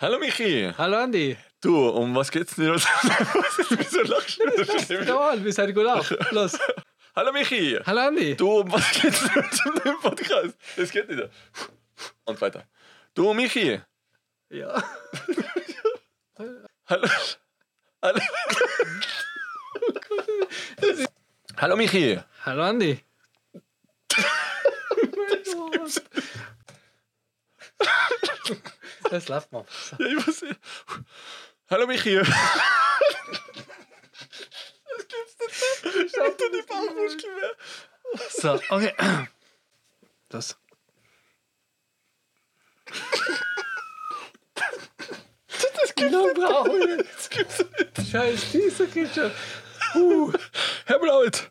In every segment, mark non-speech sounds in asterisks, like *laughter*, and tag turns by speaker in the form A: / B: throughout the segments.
A: Hallo Michi!
B: Hallo Andi.
A: Du, um was geht's denn? *laughs* Was- Wieso lachst du? Das ist nämlich-
B: Jawohl, wir sind gut auf. Los.
A: Hallo Michi!
B: Hallo Andi.
A: Du, um was geht's denn zum neuen Podcast? Es geht wieder. Und weiter. Du, Michi!
B: Ja.
A: Hallo. Hallo. Hallo Michi!
B: Hallo
A: *laughs*
B: Andi. Das läuft mal.
A: Ja, ich muss. Hallo Michi! *laughs* Das gibt's nicht. Ich hab doch die Bauchmuschel mehr.
B: So, okay. Das.
A: Das gibt's
B: Genau, brauche ich nicht.
A: Das gibt's nicht.
B: Scheiß, dieser geht schon.
A: Uh, Herr Blaut.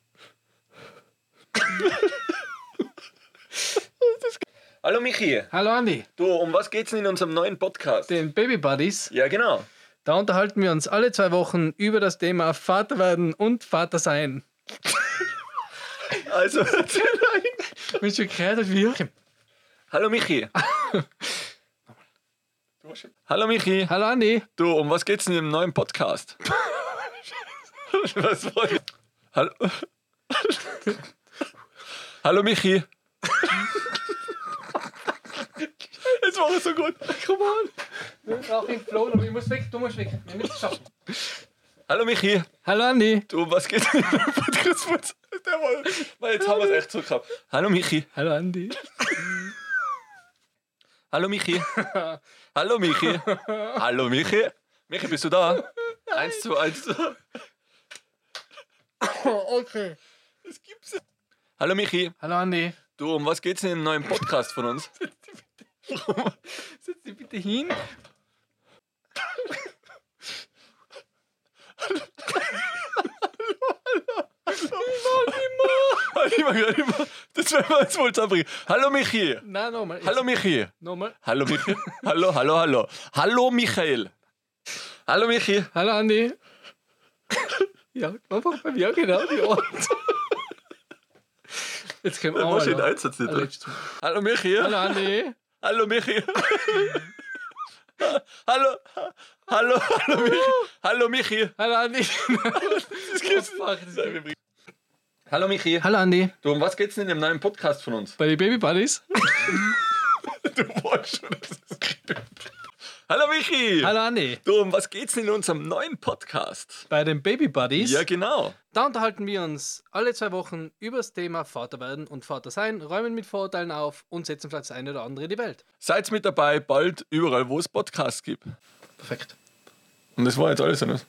A: Hallo Michi,
B: Hallo Andi.
A: du, um was geht's denn in unserem neuen Podcast?
B: Den Baby Buddies.
A: Ja, genau.
B: Da unterhalten wir uns alle zwei Wochen über das Thema Vaterwerden und Vatersein.
A: Also, *laughs* erzähl rein.
B: Wenn schon gehört hast, wie ich.
A: Hallo Michi. Hallo Michi,
B: Hallo Andi.
A: du, um was geht's denn im neuen Podcast? *laughs* was war das? Hallo. Hallo Michi. Es war so gut.
B: Come on. Wir brauchen den Flow, aber ich muss weg, du musst weg. Wir müssen es schaffen.
A: Hallo Michi.
B: Hallo Andi.
A: Du, um was geht's denn im Podcast? Was- Der war, Mann, jetzt haben wir es echt so gehabt. Hallo Michi.
B: Hallo Andi.
A: Hallo Michi. Hallo Michi. Hallo Michi. Michi, bist du da? Eins, zwei, eins, zwei.
B: Okay.
A: Das gibt's nicht. Hallo Michi.
B: Hallo Andi.
A: Du, um was geht's denn im neuen Podcast von uns?
B: Setz dich bitte hin.
A: Immer, immer. Das werden wir jetzt wohl zusammenbringen. Hallo Michi.
B: Nein, nochmal.
A: Hallo Michi.
B: Nochmal.
A: Hallo Michi. Hallo, hallo, hallo. Hallo Michael. Hallo Michi.
B: Hallo Andi. *laughs* ja, einfach bei mir, genau, die Ort. Jetzt kommt auch
A: Was ist
B: noch.
A: ein Einsatz nicht
B: Ein
A: drin?
B: letztes Mal.
A: Hallo Michi.
B: Hallo Andi.
A: Hallo Michi. hallo, hallo, hallo Michi. Hallo Michi.
B: Hallo Andi.
A: Das gibt's
B: Oh, fuck, das
A: Nein, wir bringen- Hallo Michi.
B: Hallo Andi.
A: Du, um was geht's denn in dem neuen Podcast von uns?
B: Bei den Baby Buddies.
A: Du weißt schon, das ist Hallo Michi.
B: Hallo Andi.
A: Du, um was geht's denn in unserem neuen Podcast?
B: Bei den Baby Buddies.
A: Ja, genau.
B: Da unterhalten wir uns alle zwei Wochen über das Thema Vater werden und Vater sein, räumen mit Vorurteilen auf und setzen vielleicht das eine oder andere in die Welt.
A: Seid mit dabei, bald überall, wo es Podcasts gibt.
B: Perfekt.
A: Und das war jetzt alles. Oder?